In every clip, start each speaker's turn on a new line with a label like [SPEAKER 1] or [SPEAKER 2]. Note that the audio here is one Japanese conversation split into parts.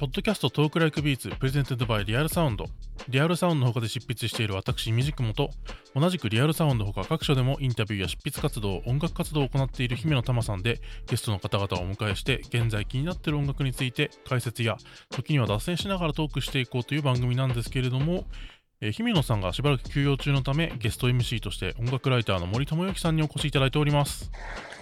[SPEAKER 1] ドキャストトークライクビーツプレゼンテッドバイリアルサウンド。リアルサウンドの他で執筆している私、みじくもと、同じくリアルサウンド他各所でもインタビューや執筆活動、音楽活動を行っている姫野玉さんで、ゲストの方々をお迎えして、現在気になっている音楽について解説や、時には脱線しながらトークしていこうという番組なんですけれども、えー姫野さんがしばらく休養中のため、ゲスト MC として音楽ライターの森友之さんにお越しいただいております。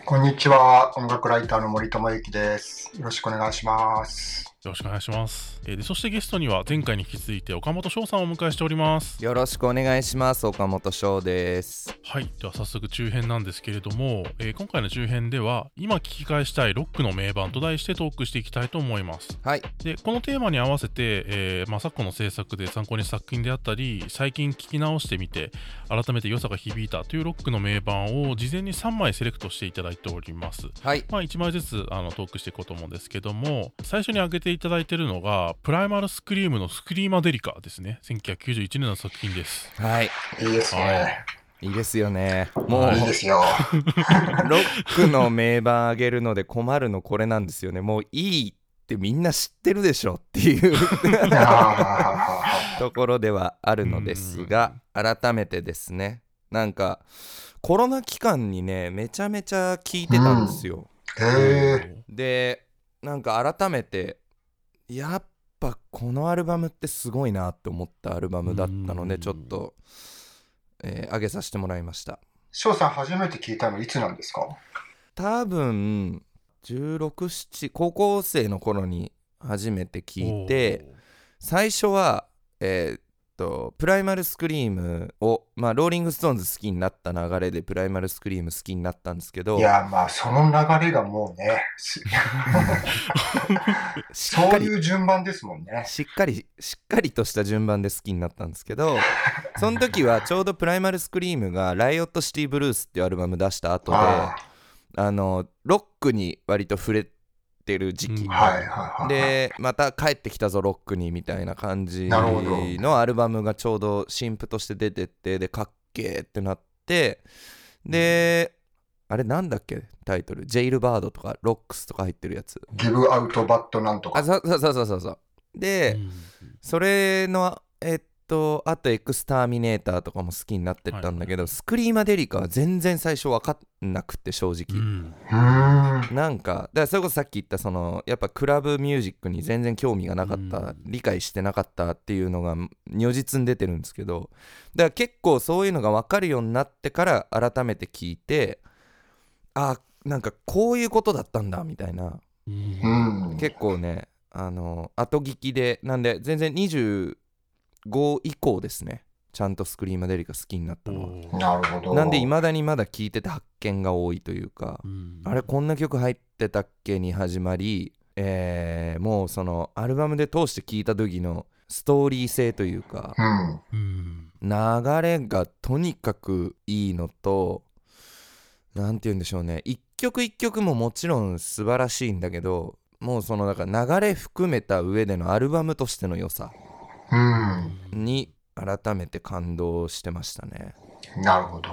[SPEAKER 2] こんにちは、音楽ライターの森友之です。よろしくお願いします。
[SPEAKER 1] よろしくお願いします。えーでそしてゲストには前回に引き続いて岡本翔さんをお迎えしております。
[SPEAKER 3] よろしくお願いします岡本翔です
[SPEAKER 1] はい、では早速中編なんですけれども、えー今回の中編では今聞き返したいロックの名盤と題してトークしていきたいと思います。
[SPEAKER 3] はい
[SPEAKER 1] でこのテーマに合わせて、えーまあ、昨今の制作で参考にした作品であったり最近聞き直してみて改めて良さが響いたというロックの名盤を事前に3枚セレクトしていただいております。
[SPEAKER 3] はい
[SPEAKER 1] まあ、1枚ずつあのトークしていこうと思うんですけども最初に挙げていただいているのがプライマルスクリームのスクリーマデリカですね1991年の作品です
[SPEAKER 3] はい
[SPEAKER 2] いいですね。
[SPEAKER 3] いいですよねもう
[SPEAKER 1] は
[SPEAKER 2] はい、いいです よ。
[SPEAKER 3] ロックの名盤あげるので困るのこれなんですよねもういいってみんな知ってるでしょっていう
[SPEAKER 2] あ
[SPEAKER 3] ところではあるのですが改めてですねなんかコロナ期間にねめちゃめちゃ聞いてたんですよ、
[SPEAKER 2] ー へえ
[SPEAKER 3] でなんか改めてやっぱこのアルバムってすごいなって思ったアルバムだったの
[SPEAKER 1] う
[SPEAKER 3] で
[SPEAKER 1] ん
[SPEAKER 3] ちょっと、えー上げさせてもらいました
[SPEAKER 2] 翔さん初めて聞いたのいつなんですか
[SPEAKER 3] 多分1617高校生の頃に初めて聞いて最初はえーっとプライマルスクリームをまあローリング・ストーンズ好きになった流れでプライマルスクリーム好きになったんですけど
[SPEAKER 2] いや、まあ、その流れがもうね、す
[SPEAKER 3] しっ
[SPEAKER 2] そ
[SPEAKER 3] か
[SPEAKER 2] う
[SPEAKER 3] り
[SPEAKER 2] いう順番ですもんね。
[SPEAKER 3] しっかりしっかりとした順番で好きになったんですけど その時はちょうどプライマルスクリームが「ライオットシティブルース」っていうアルバム出した後で
[SPEAKER 2] あ
[SPEAKER 3] あのロックに割と触れてる時期、
[SPEAKER 1] うん
[SPEAKER 2] あ、はいはいはい。、
[SPEAKER 3] でまた帰ってきたぞロックにみたいな感じ
[SPEAKER 2] なるほど
[SPEAKER 3] のアルバムがちょうど新譜として出てってでかっけーってなってであれなんだっけタイトル「ジェイルバード」とか「ロックス」とか入ってるやつ
[SPEAKER 2] ギブアウトバットなんと
[SPEAKER 3] あ
[SPEAKER 2] か。
[SPEAKER 3] そうそうそうそうそうそうで、それのえっとあとエクスターミネーターとかも好きになってったんだけど、スクリーマデリカは全然最初分かんなくて正
[SPEAKER 1] う
[SPEAKER 3] 直、
[SPEAKER 1] ん
[SPEAKER 2] うーん。
[SPEAKER 3] なんかだからそれこそさっき言ったそのやっぱクラブミュージックに全然興味がなかった、
[SPEAKER 1] うん
[SPEAKER 3] 理解してなかったっていうのが如実に出てるんですけどだから結構そういうのが分かるようになってから改めて聞いてあなんかこういうことだったんだみたいな
[SPEAKER 1] うん
[SPEAKER 2] うん。
[SPEAKER 3] 結構ねあの後聞きでなんで全然25以降ですねちゃんとスクリーマデリカ好きになったの
[SPEAKER 1] おー
[SPEAKER 2] なるほど。
[SPEAKER 3] はなんでいまだにまだ聞いてて発見が多いというか
[SPEAKER 1] うん
[SPEAKER 3] あれこんな曲入ってたっけに始まりえーもうそのアルバムで通して聞いた時のストーリー性というか
[SPEAKER 1] う
[SPEAKER 2] うん。
[SPEAKER 1] ん
[SPEAKER 3] 流れがとにかくいいのと何て言うんでしょうね一曲一曲ももちろん素晴らしいんだけどもうそのだから流れ含めた上でのアルバムとしての良さ
[SPEAKER 2] うん。
[SPEAKER 3] に改めて感動してましたね
[SPEAKER 2] なるほど。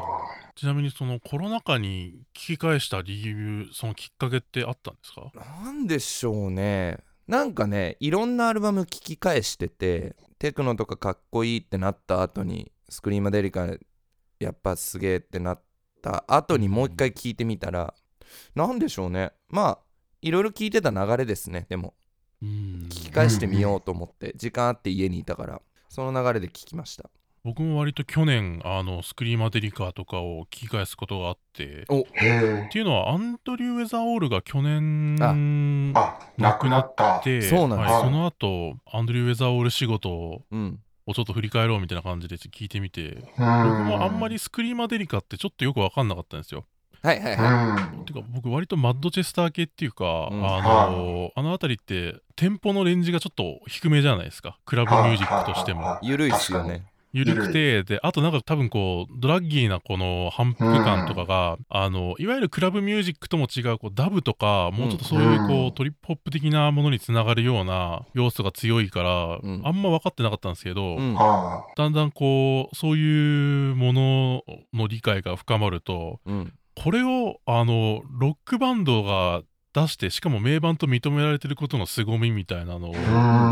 [SPEAKER 1] ちなみにそのコロナ禍に聞き返した理由そのきっかけってあったんですか
[SPEAKER 3] なんでしょうねなんかねいろんなアルバム聞き返しててテクノとかかっこいいってなった後にスクリーマデリカやっぱすげえってなった後にもう一回聞いてみたらなんでしょうねまあいろいろ聞いてた流れですねでも
[SPEAKER 1] うん
[SPEAKER 3] 聞き返してみようと思って時間あって家にいたからその流れで聞きました
[SPEAKER 1] 僕も割と去年あのスクリーマデリカとかを聞き返すことがあって
[SPEAKER 2] へえ
[SPEAKER 1] っ。ていうのはアンドリュー・ウェザーオールが去年
[SPEAKER 3] あ
[SPEAKER 2] あ、なくなった。
[SPEAKER 1] で
[SPEAKER 3] そうなんです
[SPEAKER 1] はいその後アンドリュー・ウェザーオール仕事を
[SPEAKER 3] うん
[SPEAKER 1] ちょっと振り返ろうみたいな感じで聞いてみて
[SPEAKER 2] 僕
[SPEAKER 1] 僕もあんまりスクリーマデリカってちょっとよく分かんなかったんですよ。
[SPEAKER 3] はいはいうはい
[SPEAKER 2] ん。
[SPEAKER 1] てか僕割とマッドチェスター系っていうか、
[SPEAKER 3] うん
[SPEAKER 1] あのあの辺りってテンポのレンジがちょっと低めじゃないですかクラブミュージックとしても。
[SPEAKER 3] ゆるいっすよね
[SPEAKER 1] 緩くてであとなんか多分こうドラッギーなこの反復感とかが、あのいわゆるクラブミュージックとも違うこうダブとかもうちょっとそういうこう、
[SPEAKER 2] うん
[SPEAKER 1] トリップホップ的なものにつながるような要素が強いから、
[SPEAKER 3] うん
[SPEAKER 1] あんま分かってなかったんですけど、
[SPEAKER 3] うん
[SPEAKER 2] あ
[SPEAKER 1] だんだんこうそういうものの理解が深まると
[SPEAKER 3] うん
[SPEAKER 1] これをあのロックバンドが出してしかも名盤と認められてることの凄みみたいなのを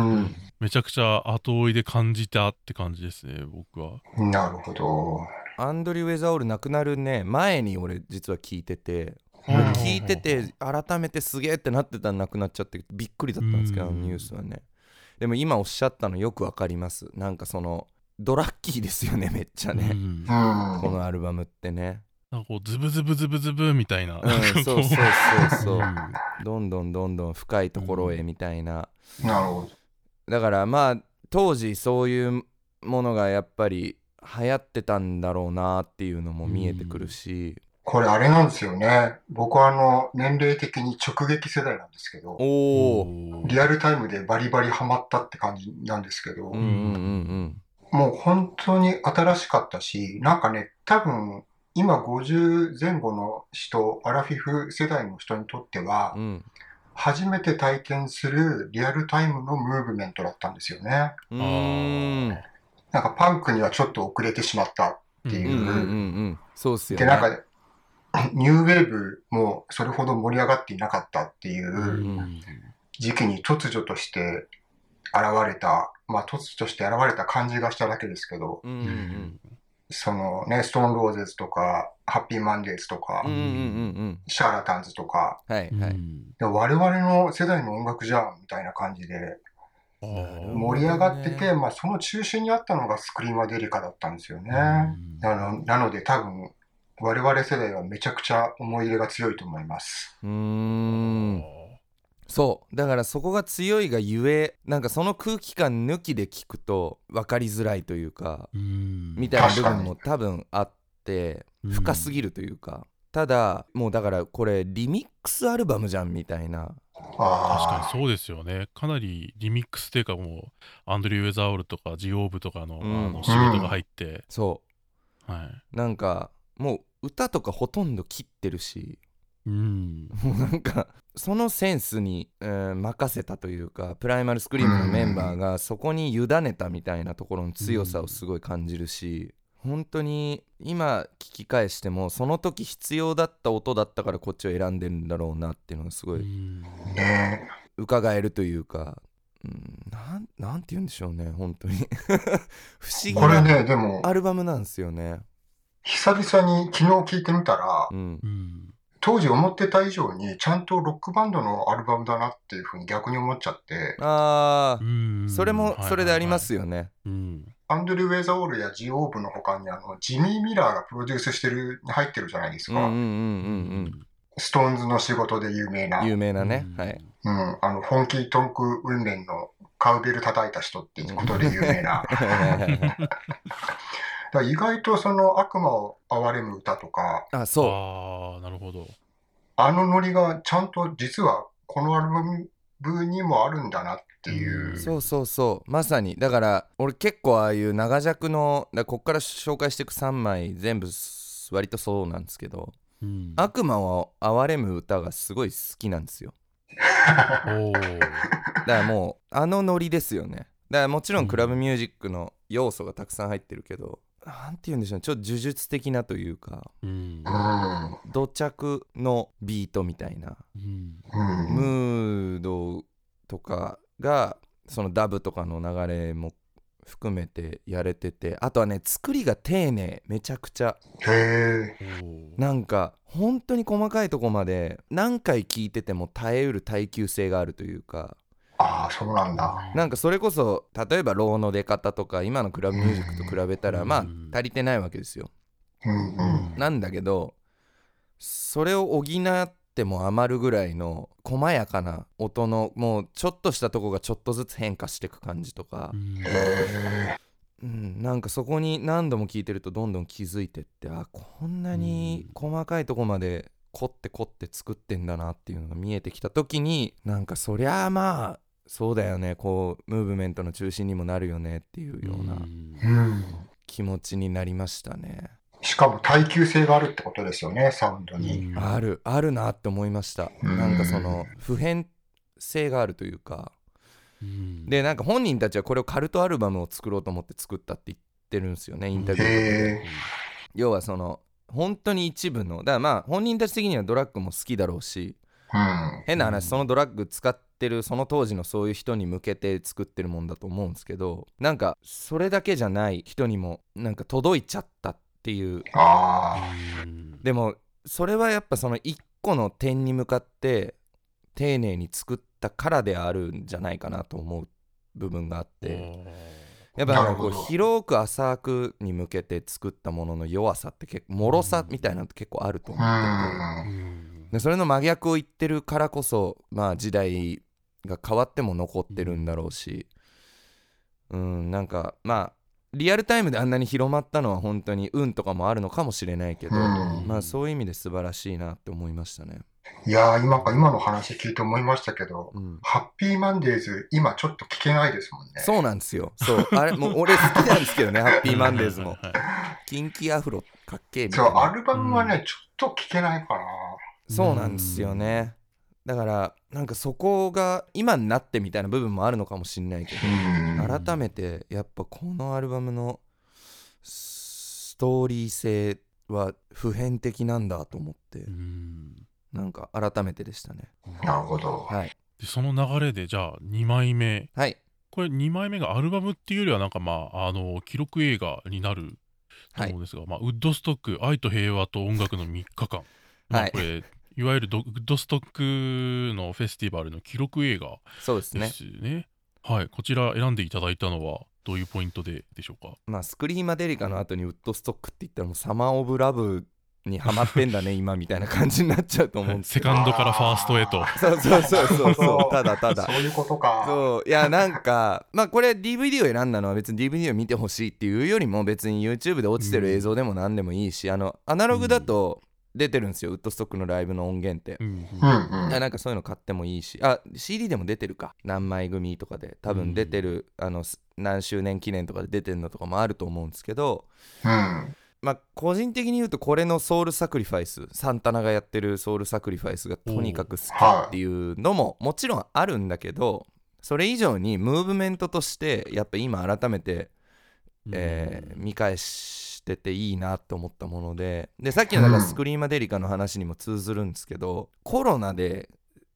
[SPEAKER 2] う
[SPEAKER 1] めちゃくちゃ後追いで感じたって感じですね僕は
[SPEAKER 2] ん。なるほど。
[SPEAKER 3] アンドリュー・ウェザーオール亡くなるね前に俺実は聞いてて
[SPEAKER 2] うん
[SPEAKER 1] うん
[SPEAKER 3] 聞いてて改めてすげえってなってたらなくなっちゃってびっくりだったんですけど
[SPEAKER 1] う
[SPEAKER 3] あ
[SPEAKER 1] ん
[SPEAKER 3] のニュースはねでも今おっしゃったのよくわかりますなんかそのドラッキーですよね めっちゃ
[SPEAKER 1] う
[SPEAKER 3] ね、
[SPEAKER 1] ん
[SPEAKER 2] う。
[SPEAKER 1] なん
[SPEAKER 3] このアルバムってね、
[SPEAKER 1] んかこうズブズブズブズブみたいな
[SPEAKER 3] うん、そうそうそうそううん どんどんどんどん深いところへみたいな、
[SPEAKER 2] なるほ
[SPEAKER 3] だからまあ当時そういうものがやっぱり流行ってたんだろうなっていうのも見えてくるし、
[SPEAKER 2] これあれなんですよね。僕はあの、年齢的に直撃世代なんですけど、
[SPEAKER 3] おお
[SPEAKER 1] おー
[SPEAKER 2] リアルタイムでバリバリハマったって感じなんですけど、
[SPEAKER 3] うんうんうん
[SPEAKER 2] もう本当に新しかったし、なんかね、多分、今50前後の人、アラフィフ世代の人にとっては
[SPEAKER 3] う、ん
[SPEAKER 2] 初めて体験するリアルタイムのムーブメントだったんですよね。
[SPEAKER 3] うんう
[SPEAKER 1] あ
[SPEAKER 3] ーん
[SPEAKER 1] ー
[SPEAKER 2] なんかパンクにはちょっと遅れてしまった。って
[SPEAKER 3] うん
[SPEAKER 2] い
[SPEAKER 3] うんうん
[SPEAKER 2] う
[SPEAKER 3] うんそうっすよ
[SPEAKER 2] で、
[SPEAKER 3] ね
[SPEAKER 2] なんか、ニューウェーブもそれほど盛り上がっていなかったってい
[SPEAKER 3] うん
[SPEAKER 2] う
[SPEAKER 1] うん
[SPEAKER 2] 時期に突如として現れた、まあ突如として現れた感じがしただけですけど、
[SPEAKER 3] うん
[SPEAKER 1] うん
[SPEAKER 3] うん
[SPEAKER 2] そのね、ストーンローゼズとか、ハッピーマンデーズとか
[SPEAKER 3] うんうんう、んうん
[SPEAKER 2] シャーラタンズとか、
[SPEAKER 3] はい
[SPEAKER 1] うん
[SPEAKER 3] はい
[SPEAKER 2] で我々の世代の音楽じゃんみたいな感じで
[SPEAKER 1] あ
[SPEAKER 3] なるほ
[SPEAKER 1] ー
[SPEAKER 2] 盛り上がってて、
[SPEAKER 3] ね
[SPEAKER 2] まあその中心にあったのがスクリーマデリカだったんですよね。
[SPEAKER 1] うん
[SPEAKER 2] なのなので多分我々世代はめちゃくちゃ思い入れが強いと思います。
[SPEAKER 3] うーんそうだからそこが強いがゆえなんかその空気感抜きで聞くと分かりづらいというか
[SPEAKER 1] うん
[SPEAKER 3] みたいな部分も多分あって深すぎるというかただもうだからこれリミックスアルバムじゃんみたいな
[SPEAKER 1] 確
[SPEAKER 2] あ
[SPEAKER 1] かにそうですよねかなりリミックスっていうかもうアンドリュー・ウェザーオールとかジオーブとかの,、
[SPEAKER 3] うん
[SPEAKER 1] あの仕事が入って、
[SPEAKER 3] そ
[SPEAKER 1] はいう
[SPEAKER 3] なんかもう歌とかほとんど切ってるし
[SPEAKER 1] うん
[SPEAKER 3] もうなんかそのセンスに、えー任せたというかプライマルスクリームのメンバーがそこに委ねたみたいなところの強さをすごい感じるし本当に今聞き返してもその時必要だった音だったからこっちを選んでるんだろうなっていうのがすごい
[SPEAKER 2] あ。ね
[SPEAKER 3] 伺えるというか、うん、なんなんて言うんでしょうね本当に 不思議
[SPEAKER 2] これ
[SPEAKER 3] な
[SPEAKER 2] ね、でも
[SPEAKER 3] アルバムなんですよね。
[SPEAKER 2] 久々に昨日聞いてみたら
[SPEAKER 3] う、ん
[SPEAKER 1] うん
[SPEAKER 2] 当時思ってた以上にちゃんとロックバンドのアルバムだなっていうふうに逆に思っちゃって、
[SPEAKER 3] あ
[SPEAKER 1] う
[SPEAKER 3] ー
[SPEAKER 1] ん
[SPEAKER 3] それもそれであります
[SPEAKER 1] よ、
[SPEAKER 3] よね。
[SPEAKER 1] うん
[SPEAKER 2] アンドリュー・ウェザーオールやジオーブの他にあのジミー・ミラーがプロデュースしてる、入ってるじゃないです
[SPEAKER 3] うんうん
[SPEAKER 2] か。
[SPEAKER 3] うんうん
[SPEAKER 2] ストーンズの仕事で有名な、
[SPEAKER 3] うん。有
[SPEAKER 2] うん、
[SPEAKER 3] 名なね。はい。
[SPEAKER 2] あの、フォンキー・トンク・ウンレンのカウベル叩いた人っていうことで有名 な。だから意外とその悪魔を憐れむ歌とか、
[SPEAKER 3] あそ
[SPEAKER 1] ああなるほど
[SPEAKER 2] あのノリがちゃんと実はこのアルバムにもあるんだなっていうう。
[SPEAKER 3] そうそうそうまさにだから俺結構ああいう長尺のだからこっから紹介していく3枚全部す割とそうなんですけど
[SPEAKER 1] うん
[SPEAKER 3] 「悪魔を憐れむ歌」がすごい好きなんですよ
[SPEAKER 1] おー
[SPEAKER 3] だからもうあのノリですよねだからもちろんクラブミュージックの要素がたくさん入ってるけどなんて言うんでしょうねちょっと呪術的なというか
[SPEAKER 1] うん
[SPEAKER 2] うん。
[SPEAKER 3] 土着のビートみたいな
[SPEAKER 1] うん
[SPEAKER 2] うん。
[SPEAKER 3] ムードとかがそのダブとかの流れも含めてやれててあとはね作りが丁寧めちゃくちゃ
[SPEAKER 2] へえ。
[SPEAKER 1] おー
[SPEAKER 3] なんか本当に細かいとこまで何回聞いてても耐えうる耐久性があるというか
[SPEAKER 2] ああ、そうなんだ。
[SPEAKER 3] なんかそれこそ例えばローの出方とか今のクラブミュージックと比べたらまあ足りてないわけですよ
[SPEAKER 2] うんうん。
[SPEAKER 3] なんだけどそれを補っても余るぐらいの細やかな音のもうちょっとしたとこがちょっとずつ変化していく感じとか
[SPEAKER 1] う、ん
[SPEAKER 2] へえ。
[SPEAKER 3] うん、なんかそこに何度も聞いてるとどんどん気づいてってあこんなに細かいとこまで凝って凝って作ってんだなっていうのが見えてきた時になんかそりゃあまあそうだよねこうムーブメントの中心にもなるよねっていうような
[SPEAKER 2] うん。
[SPEAKER 3] 気持ちになりましたね。
[SPEAKER 2] しかも耐久性があるってことですよね、サウンド
[SPEAKER 1] うん
[SPEAKER 2] に。
[SPEAKER 3] あるあるなって思いました
[SPEAKER 2] うん
[SPEAKER 3] なんかその普遍性があるというか
[SPEAKER 1] うん
[SPEAKER 3] でなんか本人たちはこれをカルトアルバムを作ろうと思って作ったって言ってるんですよねインタビューとかで
[SPEAKER 2] へえ。
[SPEAKER 3] 要はその本当に一部のだからまあ本人たち的にはドラッグも好きだろうし
[SPEAKER 2] うん。
[SPEAKER 3] 変な話そのドラッグ使ってるその当時のそういう人に向けて作ってるもんだと思うんですけどなんかそれだけじゃない人にもなんか届いちゃったっていう
[SPEAKER 2] あ
[SPEAKER 1] うん
[SPEAKER 3] でもそれはやっぱその一個の点に向かって丁寧に作ったからであるんじゃないかなと思う部分があって
[SPEAKER 1] おー
[SPEAKER 3] やっぱなんかこ
[SPEAKER 2] な
[SPEAKER 3] う
[SPEAKER 2] るほど
[SPEAKER 3] 広く浅くに向けて作ったものの弱さって結構脆さみたいなのって結構あると思ってて。
[SPEAKER 2] あ。
[SPEAKER 1] う
[SPEAKER 2] うん。
[SPEAKER 1] ん
[SPEAKER 3] でそれの真逆を言ってるからこそまあ時代が変わっても残ってるんだろうしうんなんかまあリアルタイムであんなに広まったのは本当に運とかもあるのかもしれないけど、
[SPEAKER 2] うん
[SPEAKER 3] まあそういう意味で素晴らしいなって思いましたね。
[SPEAKER 2] いやー、今か、今の話聞いて思いましたけど、
[SPEAKER 3] うん
[SPEAKER 2] ハッピーマンデーズ、今ちょっと聞けないですもんね。
[SPEAKER 3] そうなんですよ。そう。あれ、もう俺好きなんですけどね、ハッピーマンデーズも。
[SPEAKER 1] はいはいはい
[SPEAKER 3] キンキアフロかっけえみた
[SPEAKER 2] そう
[SPEAKER 3] い
[SPEAKER 2] ア
[SPEAKER 3] な。
[SPEAKER 2] ルバムはね、
[SPEAKER 1] う
[SPEAKER 2] ちょっと聞けないかな。
[SPEAKER 3] そうなんですよね。だから、なんかそこが今になってみたいな部分もあるのかもしれないけど。
[SPEAKER 2] うん。
[SPEAKER 3] 改めてやっぱこのアルバムのストーリー性は普遍的なんだと思って
[SPEAKER 1] うん
[SPEAKER 3] なんか改めてでしたね
[SPEAKER 2] なるほど。
[SPEAKER 3] はい
[SPEAKER 1] でその流れでじゃあ2枚目
[SPEAKER 3] はい
[SPEAKER 1] これ2枚目がアルバムっていうよりはなんかまああの記録映画になると
[SPEAKER 3] はい
[SPEAKER 1] 思うんですが、まあ、ウッドストック愛と平和と音楽の3日間、まあ
[SPEAKER 3] はい
[SPEAKER 1] これいわゆるドウッドストックのフェスティバルの記録映画
[SPEAKER 3] そうです
[SPEAKER 1] で
[SPEAKER 3] ね
[SPEAKER 1] すねはいこちら選んでいただいたのはどういうポイントででしょうか
[SPEAKER 3] まあスクリーマデリカの後にウッドストックって言ったらもうサマー・オブ・ラブにハマってんだね今みたいな感じになっちゃうと思うんです
[SPEAKER 1] セ
[SPEAKER 3] けど
[SPEAKER 1] カンドからファーストへと
[SPEAKER 2] あ
[SPEAKER 3] そうそうそうそう
[SPEAKER 2] なる
[SPEAKER 3] そ
[SPEAKER 2] ほ
[SPEAKER 3] う
[SPEAKER 2] ど
[SPEAKER 3] ただただ
[SPEAKER 2] そういうことか。
[SPEAKER 3] そういやなんか まあこれ DVD を選んだのは別に DVD を見てほしいっていうよりも別に YouTube で落ちてる映像でも何でもいいし、あのアナログだと出てるんですよ、ウッドストックのライブの音源って
[SPEAKER 1] う、ん
[SPEAKER 2] うんうん。
[SPEAKER 3] いやなんかそういうの買ってもいいしあ CD でも出てるか何枚組とかで多分出てる、あのす何周年記念とかで出てるのとかもあると思うんですけど
[SPEAKER 2] うん。
[SPEAKER 3] まあ個人的に言うとこれのソウルサクリファイスサンタナがやってるソウルサクリファイスがとにかく好き
[SPEAKER 2] はい
[SPEAKER 3] っていうのももちろんあるんだけどそれ以上にムーブメントとしてやっぱ今改めて、えー見返してていいなと思ったものででさっきのだから
[SPEAKER 2] うん
[SPEAKER 3] スクリーマデリカの話にも通ずるんですけど、コロナで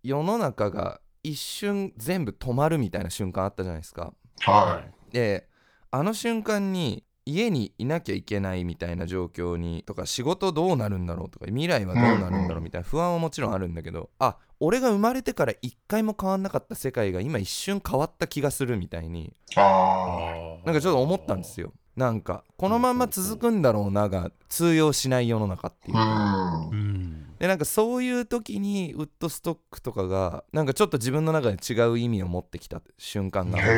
[SPEAKER 3] 世の中が一瞬全部止まるみたいな瞬間あったじゃないですか。
[SPEAKER 2] は
[SPEAKER 3] であの瞬間に家にいなきゃいけないみたいな状況にとか仕事どうなるんだろうとか未来はどうなるんだろうみたいな不安はもちろんあるんだけどあ俺が生まれてから一回も変わんなかった世界が今一瞬変わった気がするみたいに
[SPEAKER 2] い。ああ。
[SPEAKER 1] な
[SPEAKER 3] なんかちょっと思ったんですよなんかこのまんま続くんだろうなが通用しない世の中っていう
[SPEAKER 2] う
[SPEAKER 3] か
[SPEAKER 2] ん。
[SPEAKER 1] うん
[SPEAKER 3] でなんかそういう時にウッドストックとかがなんかちょっと自分の中で違う意味を持ってきた瞬間があって。
[SPEAKER 2] へ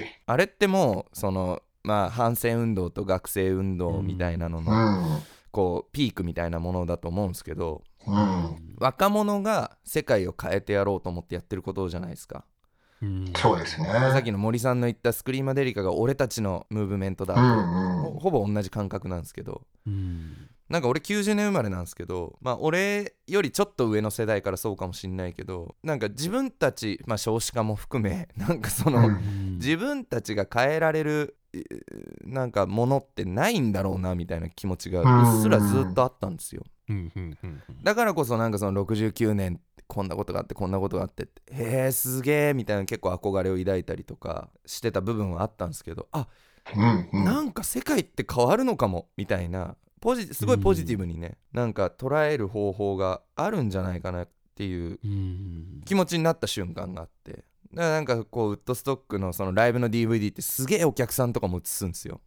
[SPEAKER 2] え。
[SPEAKER 3] あれってもうそのまあ反戦運動と学生運動みたいなの
[SPEAKER 2] う
[SPEAKER 3] の、
[SPEAKER 2] ん。
[SPEAKER 3] こうピークみたいなものだと思うんですけど
[SPEAKER 2] うん。
[SPEAKER 3] 若者が世界を変えてやろうと思ってやってることじゃないですか、
[SPEAKER 1] うん
[SPEAKER 2] そうですね。
[SPEAKER 3] さっきの森さんの言ったスクリーマデリカが俺たちのムーブメントだ
[SPEAKER 2] う
[SPEAKER 3] と、
[SPEAKER 2] んうん。
[SPEAKER 3] ほぼ同じ感覚なんですけど
[SPEAKER 1] うん
[SPEAKER 3] なんか俺90年生まれなんですけどまあ俺よりちょっと上の世代からそうかもしんないけどなんか自分たち、まあ、少子化も含めなんかその、
[SPEAKER 2] うん
[SPEAKER 3] 自分たちが変えられるえーなんかものってないんだろうなみたいな気持ちがうっすらずっとあったんですよ
[SPEAKER 1] うんうんうんうん
[SPEAKER 3] だからこそなんかその69年こんなことがあってこんなことがあってってへえすげえみたいな結構憧れを抱いたりとかしてた部分はあったんですけどあ
[SPEAKER 2] うんうん。
[SPEAKER 3] なんか世界って変わるのかもみたいなポジすごいポジティブにねなんか捉える方法があるんじゃないかなっていう
[SPEAKER 1] うん
[SPEAKER 3] 気持ちになった瞬間があってだからなんかこうウッドストックのそのライブの DVD ってすげえお客さんとかも映すんですよ、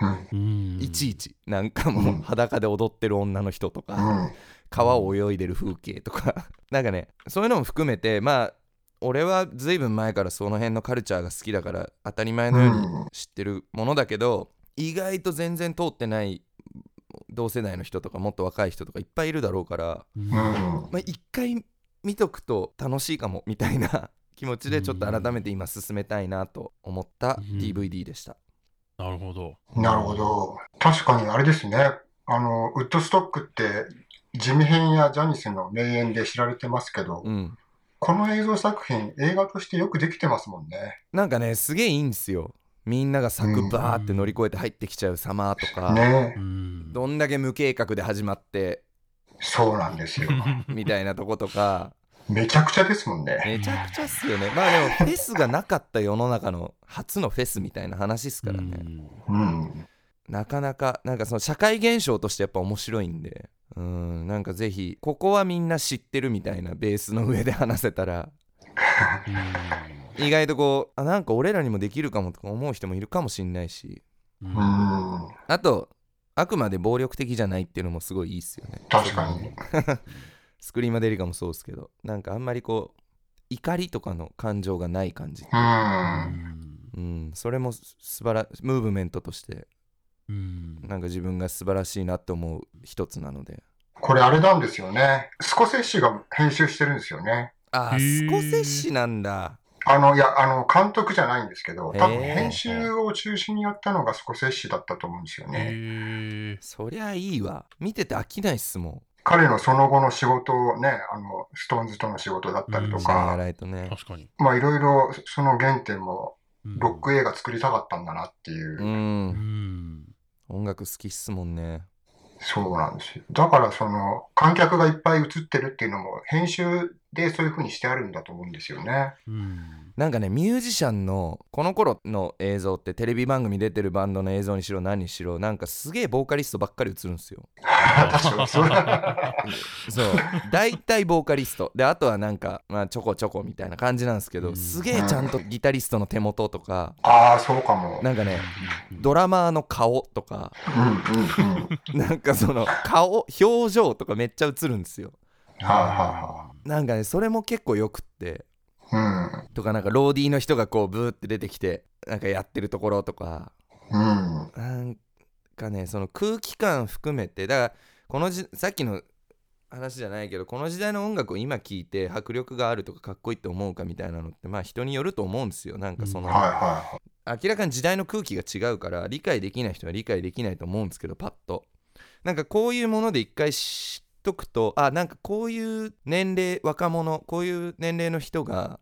[SPEAKER 2] うん
[SPEAKER 1] うん
[SPEAKER 3] いちいちなんかも
[SPEAKER 2] う
[SPEAKER 3] うん裸で踊ってる女の人と
[SPEAKER 2] う
[SPEAKER 3] か、
[SPEAKER 2] ん。
[SPEAKER 3] 川を泳いでる風景とか なんかねそういうのも含めてまあ俺は随分前からその辺のカルチャーが好きだから当たり前のように
[SPEAKER 2] うん
[SPEAKER 3] 知ってるものだけど意外と全然通ってない同世代の人とかもっと若い人とかいっぱいいるだろうから
[SPEAKER 1] うん
[SPEAKER 2] うん
[SPEAKER 3] まあ、一回見とくと楽しいかもみたいな 気持ちでちょっと改めて今進めたいなと思った
[SPEAKER 1] うん
[SPEAKER 3] DVD でした。
[SPEAKER 1] なるほど
[SPEAKER 2] なるほど。確かにあれですね。あの、ウッドストックって、ジミヘンやジャニスの名演で知られてますけど、
[SPEAKER 3] うん、
[SPEAKER 2] この映像作品、映画としてよくできてますもんね。
[SPEAKER 3] なんかねすげえいいんですよ。みんなが柵バーって乗り越えて入ってきちゃう様とか、
[SPEAKER 2] ね
[SPEAKER 1] うん
[SPEAKER 3] どんだけ無計画で始まって
[SPEAKER 2] そうなんですよ。
[SPEAKER 3] みたいなとことか
[SPEAKER 2] めちゃくちゃですもんね。
[SPEAKER 3] めちゃくちゃっすよね。まあでも、フェスがなかった世の中の初のフェスみたいな話っすからね。
[SPEAKER 2] うん。
[SPEAKER 3] なかなか、なんかその社会現象としてやっぱ面白いんで、うん、なんかぜひ、ここはみんな知ってるみたいなベースの上で話せたら、
[SPEAKER 1] うん
[SPEAKER 3] 意外とこう、あ、なんか俺らにもできるかもとか思う人もいるかもしんないし、
[SPEAKER 1] うん
[SPEAKER 2] う
[SPEAKER 1] うん
[SPEAKER 2] ん。
[SPEAKER 3] あと、あくまで暴力的じゃないっていうのもすごいいいっすよね。
[SPEAKER 2] 確かに。
[SPEAKER 3] スクリーマデリカもそうですけど、なんかあんまりこう、怒りとかの感情がない感じ。
[SPEAKER 2] うん。
[SPEAKER 3] うん、それもす素晴らムーブメントとして
[SPEAKER 1] うん
[SPEAKER 3] なんか自分が素晴らしいなって思う一つなので
[SPEAKER 2] これあれなんですよね。スコセッシが編集してるんですよね。
[SPEAKER 3] ああ
[SPEAKER 1] へー
[SPEAKER 3] スコセッシなんだ
[SPEAKER 2] あの、いや、あの、監督じゃないんですけど、多分
[SPEAKER 3] へー
[SPEAKER 2] 編集を中心にやったのがスコセッシだったと思うんですよね。
[SPEAKER 1] へえ
[SPEAKER 3] そりゃいいわ見てて飽きないっすも
[SPEAKER 2] 彼のその後の仕事をね、あの、ストーンズとの仕事だったりと
[SPEAKER 3] んシャイア
[SPEAKER 2] か、
[SPEAKER 3] ライトね
[SPEAKER 1] 確かに
[SPEAKER 2] まあいろいろその原点も
[SPEAKER 1] うん
[SPEAKER 2] ロック映画作りたかったんだなっていう
[SPEAKER 1] う
[SPEAKER 2] う、
[SPEAKER 1] んん
[SPEAKER 3] 音楽好きっすもんね
[SPEAKER 2] そうなんですよ。だからその観客がいっぱい映ってるっていうのも編集でそういう風にしてあるんだと思うんですよね。
[SPEAKER 1] うん
[SPEAKER 3] なんかねミュージシャンのこの頃の映像ってテレビ番組出てるバンドの映像にしろ何にしろなんかすげえボーカリストばっかり映るんすよ
[SPEAKER 2] 確かにそう。
[SPEAKER 3] そう大体ボーカリストであとはなんか、まあ、ちょこちょこみたいな感じなんですけど、
[SPEAKER 1] うん
[SPEAKER 3] すげえちゃんとギタリストの手元とか
[SPEAKER 2] ああ、そうかも。
[SPEAKER 3] なんかね
[SPEAKER 1] うん
[SPEAKER 3] ドラマーの顔とか
[SPEAKER 2] うんうんうん。はい
[SPEAKER 3] なんかその顔表情とかめっちゃ映るんですよ
[SPEAKER 2] は
[SPEAKER 3] なんかねそれも結構よくって
[SPEAKER 2] いは
[SPEAKER 3] とかなんかローディーの人がこうブーって出てきてなんかやってるところとか
[SPEAKER 2] い。うん。うん。
[SPEAKER 3] なんかねその空気感含めてだからこのじさっきの話じゃないけどこの時代の音楽を今聴いて迫力があるとかかっこいいって思うかみたいなのってまあ人によると思うんですよなんかその、
[SPEAKER 2] はいは
[SPEAKER 3] 明らかに時代の空気が違うから理解できない人は理解できないと思うんですけどパッとなんかこういうもので一回知っとくとあなんかこういう年齢若者こういう年齢の人が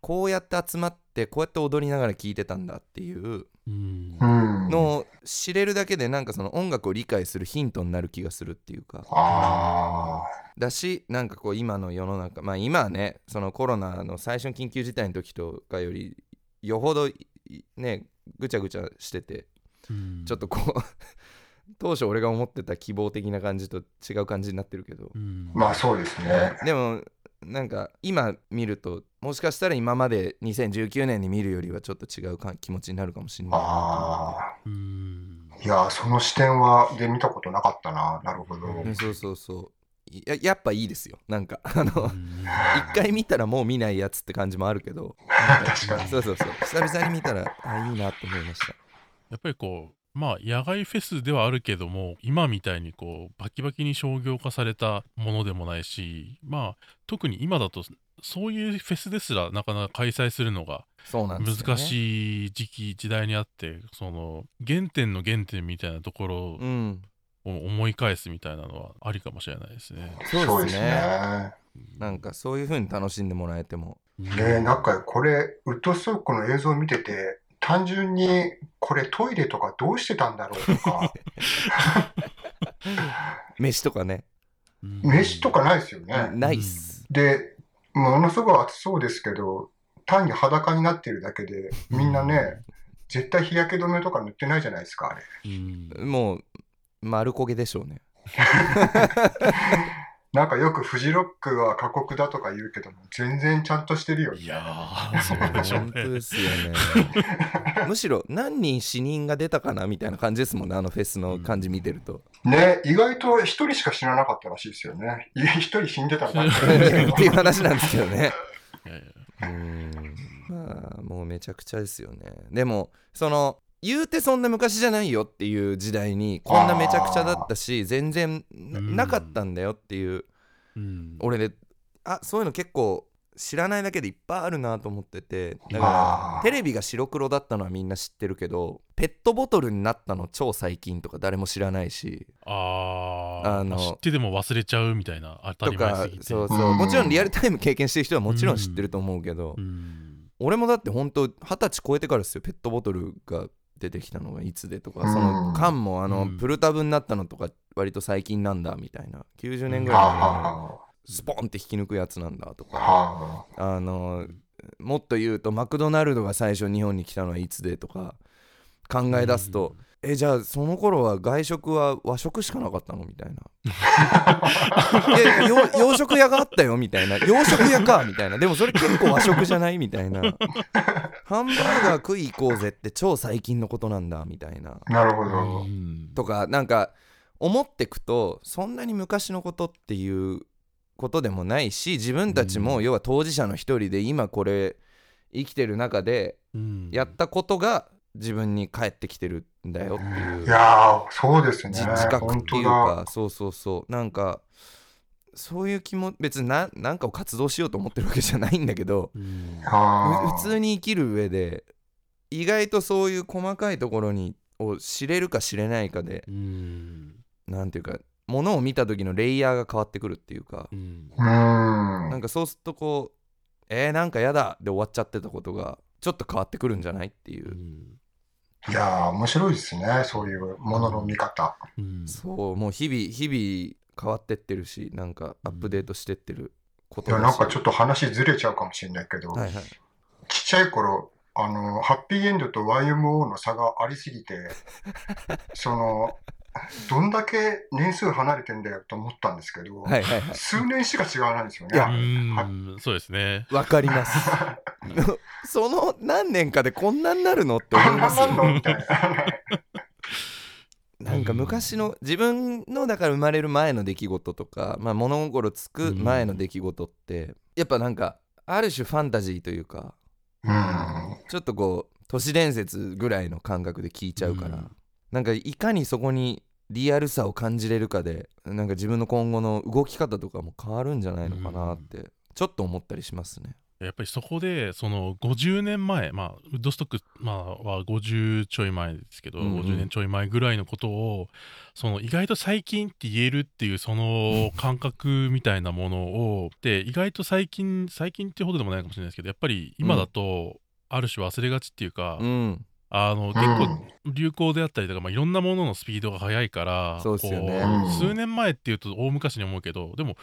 [SPEAKER 3] こうやって集まってこうやって踊りながら聴いてたんだっていう
[SPEAKER 1] うん
[SPEAKER 2] い。うん。
[SPEAKER 3] のを知れるだけでなんかその音楽を理解するヒントになる気がするっていうか
[SPEAKER 2] あ
[SPEAKER 3] だしなんかこう今の世の中まあ今はねそのコロナの最初の緊急事態の時とかよりよほどいねぐちゃぐちゃしてて
[SPEAKER 1] うん
[SPEAKER 3] ちょっとこう 当初俺が思ってた希望的な感じと違う感じになってるけど
[SPEAKER 1] うん
[SPEAKER 2] あ。まあそうですね。
[SPEAKER 3] でもなんか今見るともしかしたら今まで2019年に見るよりはちょっと違うか気持ちになるかもしれない
[SPEAKER 2] ああ。
[SPEAKER 1] うん
[SPEAKER 2] いやー、その視点は、で見たことなかったな。なるほど。
[SPEAKER 3] うんそうそうそういややっぱいいですよなんかあの
[SPEAKER 1] うん
[SPEAKER 3] 一回見たらもう見ないやつって感じもあるけど
[SPEAKER 2] 確かに。
[SPEAKER 3] そうそうそう久々に見たらあいいなって思いました
[SPEAKER 1] やっぱりこうまあ野外フェスではあるけども今みたいにこうバキバキに商業化されたものでもないしまあ特に今だとそういうフェスですらなかなか開催するのが
[SPEAKER 3] そうなんですよ、ね、
[SPEAKER 1] 難
[SPEAKER 3] い
[SPEAKER 1] しい時期時代にあってその原点の原点みたいなところを
[SPEAKER 3] うん
[SPEAKER 1] 思い返すみたいなのはありかもしれないですね。
[SPEAKER 3] そうですね
[SPEAKER 2] ね。
[SPEAKER 3] なんかそういう風に楽しんでもらえても
[SPEAKER 1] うん
[SPEAKER 2] ねえなんかこれ、ウッドストックの映像を見てて、単純にこれトイレとかどうしてたんだろうとか、
[SPEAKER 3] 飯とかね
[SPEAKER 1] うん
[SPEAKER 2] 飯とかないですよね。
[SPEAKER 3] ないっす
[SPEAKER 2] で、ものすごい暑そうですけど、単に裸になってるだけで、みんなね、絶対日焼け止めとか塗ってないじゃないですか、あれ。
[SPEAKER 1] うん
[SPEAKER 3] もう丸焦げでしょうね
[SPEAKER 2] なんかよくフジロックは過酷だとか言うけども、全然ちゃんとしてるよね
[SPEAKER 1] い。やーそうでしょう
[SPEAKER 3] 本当
[SPEAKER 1] ね
[SPEAKER 3] で。すよね むしろ何人死人が出たかなみたいな感じですもんねあのフェスの感じ見てると、
[SPEAKER 2] ね、意外と一人しか死ななかったらしいですよね。いや一人死 んでたらなんか
[SPEAKER 3] っていう話なんですけどね
[SPEAKER 1] いやいや
[SPEAKER 3] うんまあもうめちゃくちゃですよねでもその言うてそんな昔じゃないよっていう時代にこんなめちゃくちゃだったし全然な
[SPEAKER 1] うん
[SPEAKER 3] なかったんだよっていう
[SPEAKER 1] うん
[SPEAKER 3] 俺であそういうの結構知らないだけでいっぱいあるなと思っててだ
[SPEAKER 2] あ
[SPEAKER 3] か
[SPEAKER 2] ー
[SPEAKER 3] らテレビが白黒だったのはみんな知ってるけどペットボトルになったの超最近とか誰も知らないし
[SPEAKER 1] あー
[SPEAKER 3] あの
[SPEAKER 1] 知ってでも忘れちゃうみたいな当た
[SPEAKER 3] と
[SPEAKER 1] り前
[SPEAKER 3] か
[SPEAKER 1] すぎて
[SPEAKER 3] そうそう
[SPEAKER 2] うん
[SPEAKER 3] もちろんリアルタイム経験してる人はもちろん知ってると思うけど、
[SPEAKER 1] うん
[SPEAKER 3] 俺もだって本当二十歳超えてからですよペットボトルが出てきたのがいつでとか、
[SPEAKER 2] うん
[SPEAKER 3] その缶もあの、
[SPEAKER 1] うん
[SPEAKER 3] プルタブになったのとか割と最近なんだみたいな90年ぐらい
[SPEAKER 2] あ
[SPEAKER 3] 前
[SPEAKER 2] あ
[SPEAKER 3] スポンって引き抜くやつなんだとか
[SPEAKER 2] は
[SPEAKER 3] あのもっと言うとマクドナルドが最初日本に来たのはいつでとか考え出すと、えじゃあその頃は外食は和食しかなかったの みたいないやいや洋洋食屋があったよみたいな洋食屋かみたいなでもそれ結構和食じゃないみたいなハンバーガー食い行こうぜって超最近のことなんだみたいな
[SPEAKER 2] あ。なるほ
[SPEAKER 1] う
[SPEAKER 2] ど。
[SPEAKER 1] ん
[SPEAKER 3] とかなんか思ってくとそんなに昔のことっていうことでもないし自分たち
[SPEAKER 1] う
[SPEAKER 3] も
[SPEAKER 1] ん
[SPEAKER 3] 要は当事者の一人で今これ生きてる中で
[SPEAKER 1] うん
[SPEAKER 3] やったことが自分に返ってきてるんだよってい
[SPEAKER 2] い
[SPEAKER 3] う
[SPEAKER 2] やー、そうですね。
[SPEAKER 3] 自自覚っ
[SPEAKER 2] 本
[SPEAKER 3] て
[SPEAKER 2] 当
[SPEAKER 3] いう
[SPEAKER 2] だ。
[SPEAKER 3] かそうそうそうなんかそういう気も別にななんかを活動しようと思ってるわけじゃないんだけど
[SPEAKER 1] うん
[SPEAKER 2] あ
[SPEAKER 3] ふ普通に生きる上で意外とそういう細かいところにを知れるか知れないかで
[SPEAKER 1] うん
[SPEAKER 3] なんていうかものを見た時のレイヤーが変わってくるっていうか
[SPEAKER 1] う、ん
[SPEAKER 2] うー
[SPEAKER 3] なん
[SPEAKER 2] ん。
[SPEAKER 3] かそうするとこうえー、なんかやだで終わっちゃってたことがちょっと変わってくるんじゃないっていうう、
[SPEAKER 1] ん
[SPEAKER 2] いやー、面白いですね。そういうものの見方。
[SPEAKER 1] うん
[SPEAKER 3] そうもう日々日々変わってってるしなんかアップデートしてってること
[SPEAKER 2] い
[SPEAKER 3] だ
[SPEAKER 2] や、
[SPEAKER 3] し
[SPEAKER 2] なんかちょっと話ずれちゃうかもしれないけど、
[SPEAKER 3] はいはい
[SPEAKER 2] ちっちゃい頃、あの、ハッピーエンドと YMO の差がありすぎ て、その、どんだけ年数離れてんだよと思ったんですけど、
[SPEAKER 3] はいはいは
[SPEAKER 2] 数年しか違わないんですよね。
[SPEAKER 3] いや
[SPEAKER 1] うんそうですね
[SPEAKER 3] いわかります その何年かでこんなになるのって思
[SPEAKER 2] あん
[SPEAKER 3] いま
[SPEAKER 2] な
[SPEAKER 3] す
[SPEAKER 2] な
[SPEAKER 3] よ
[SPEAKER 2] んのみたいな。
[SPEAKER 3] なんか昔の自分のだから生まれる前の出来事とか、まあ、物心つく前の出来事ってやっぱなんかある種ファンタジーというか
[SPEAKER 2] うん。
[SPEAKER 3] ちょっとこう都市伝説ぐらいの感覚で聞いちゃうから、
[SPEAKER 1] うん
[SPEAKER 3] なんかいかにそこにリアルさを感じれるかでなんか自分の今後の動き方とかも変わるんじゃないのかなって、ちょっと思ったりしますね。
[SPEAKER 1] やっぱりそこでその50年前まあウッドストック、まあ、は50ちょい前ですけど、
[SPEAKER 3] うんうん
[SPEAKER 1] 50年ちょい前ぐらいのことをその意外と最近って言えるっていうその感覚みたいなものをで意外と最近最近ってほどでもないかもしれないですけどやっぱり今だとある種忘れがちっていうか、
[SPEAKER 3] うん、
[SPEAKER 1] あの結構流行であったりとか、まあ、いろんなもののスピードが速いから
[SPEAKER 3] そうっすよね
[SPEAKER 1] こう
[SPEAKER 2] うん
[SPEAKER 1] 数年前っていうと大昔に思うけどでも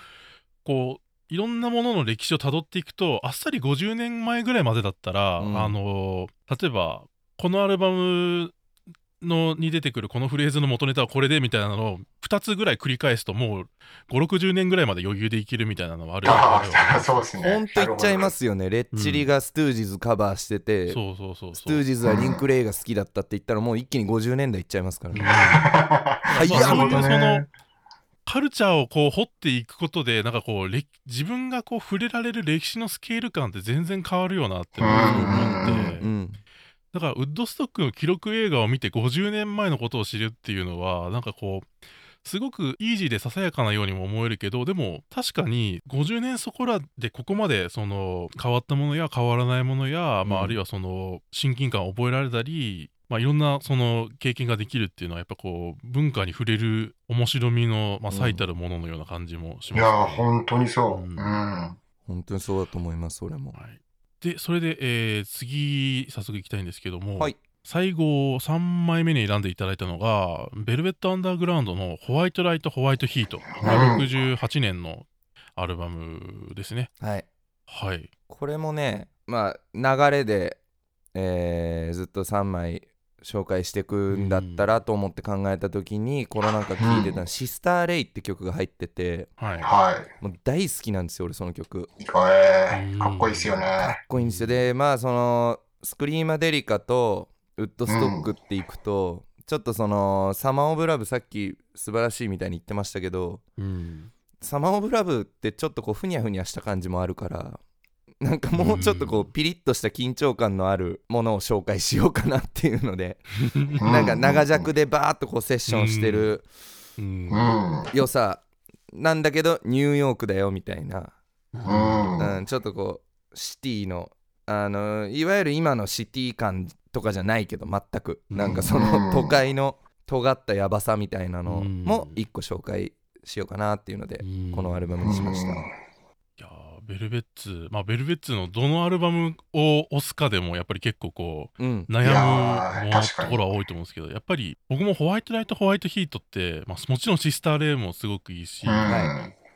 [SPEAKER 1] こういろんなものの歴史をたどっていくとあっさり50年前ぐらいまでだったら、
[SPEAKER 3] うん
[SPEAKER 1] あの例えばこのアルバムのに出てくるこのフレーズの元ネタはこれでみたいなのを2つぐらい繰り返すともう560年ぐらいまで余裕でいけるみたいなのはある
[SPEAKER 2] あ
[SPEAKER 1] あるよ
[SPEAKER 2] あ、そうです
[SPEAKER 3] ほん
[SPEAKER 2] ね。
[SPEAKER 3] と言っちゃいますよね、レッチリがストゥージーズカバーしてて、
[SPEAKER 1] そうそうそう
[SPEAKER 3] ス
[SPEAKER 1] そ
[SPEAKER 3] トゥー
[SPEAKER 1] う。
[SPEAKER 3] ジーズはリンク・レイが好きだったって言ったらもう一気に50年代いっちゃいますから
[SPEAKER 1] うん
[SPEAKER 3] ね。
[SPEAKER 2] な
[SPEAKER 3] はい
[SPEAKER 2] る
[SPEAKER 1] まあ
[SPEAKER 2] ほど。
[SPEAKER 1] そういう
[SPEAKER 2] なるほど
[SPEAKER 1] その
[SPEAKER 2] ね
[SPEAKER 1] カルチャーをこう掘っていくことでなんかこう歴自分がこう触れられる歴史のスケール感って全然変わるよなって
[SPEAKER 3] う
[SPEAKER 1] 思って
[SPEAKER 3] ん
[SPEAKER 1] だからウッドストックの記録映画を見て50年前のことを知るっていうのはなんかこうすごくイージーでささやかなようにも思えるけどでも確かに50年そこらでここまでその変わったものや変わらないものや、ま
[SPEAKER 3] う
[SPEAKER 1] あ、
[SPEAKER 3] ん
[SPEAKER 1] あるいはその親近感を覚えられたり、まあ、いろんなその経験ができるっていうのはやっぱこう文化に触れる面白みの、まあ、
[SPEAKER 3] うん
[SPEAKER 1] 最たるもののような感じもし
[SPEAKER 2] い
[SPEAKER 1] ます、ね
[SPEAKER 2] やー、本当にそう。
[SPEAKER 1] うん
[SPEAKER 2] うん。
[SPEAKER 3] 本当にそうだと思います俺も。
[SPEAKER 1] はい、でそれで、えー次早速いきたいんですけども、
[SPEAKER 3] はい
[SPEAKER 1] 最後3枚目に選んでいただいたのがベルベット・アンダーグラウンドの「ホワイト・ライト・ホワイト・ヒート」68年のアルバムですね
[SPEAKER 3] はい、
[SPEAKER 1] はい
[SPEAKER 3] これもねまあ流れで、えーずっと3枚紹介してくんだったらと思って考えた時に、コロナ禍聴いてた
[SPEAKER 2] う
[SPEAKER 3] 「シスター・レイ」って曲が入ってて
[SPEAKER 1] はい
[SPEAKER 2] は
[SPEAKER 3] もう大好きなんですよ俺その曲。
[SPEAKER 2] い。えー、かっこいいですよ
[SPEAKER 3] かっ
[SPEAKER 2] ね。
[SPEAKER 3] こいいんですよでまあそのスクリーマデリカとウッドストックっていくと、ちょっとその「サマー・オブ・ラブ」さっき素晴らしいみたいに言ってましたけど
[SPEAKER 1] うん
[SPEAKER 3] 「サマー・オブ・ラブ」ってちょっとこうふにゃふにゃした感じもあるからなんかもうちょっとこ
[SPEAKER 1] うん
[SPEAKER 3] うピリッとした緊張感のあるものを紹介しようかなっていうので、
[SPEAKER 2] う
[SPEAKER 3] なんか長尺でバーっとこうセッションしてる
[SPEAKER 1] うん
[SPEAKER 2] うん。
[SPEAKER 3] 良さなんだけどニューヨークだよみたいな
[SPEAKER 2] うん。うん
[SPEAKER 3] うん、ちょっとこうシティの、あのいわゆる今のシティ感とかじゃないけど全く
[SPEAKER 1] うん
[SPEAKER 3] なんかそ
[SPEAKER 2] うん
[SPEAKER 3] の都会の尖ったヤバさみたいなの
[SPEAKER 1] うん
[SPEAKER 3] も一個紹介しようかなっていうので
[SPEAKER 1] うん
[SPEAKER 3] このアルバムにしました。
[SPEAKER 1] いやーベルベッツまあベルベッツのどのアルバムを押すかでもやっぱり結構こう
[SPEAKER 3] うん、
[SPEAKER 1] 悩
[SPEAKER 2] いや
[SPEAKER 1] むも
[SPEAKER 2] ー
[SPEAKER 1] の
[SPEAKER 2] 確か
[SPEAKER 1] と
[SPEAKER 2] に
[SPEAKER 1] ころは多いと思うんですけどやっぱり僕もホワイトライトホワイトヒートって、まあ、もちろんシスターレイもすごくいいし、
[SPEAKER 2] うん。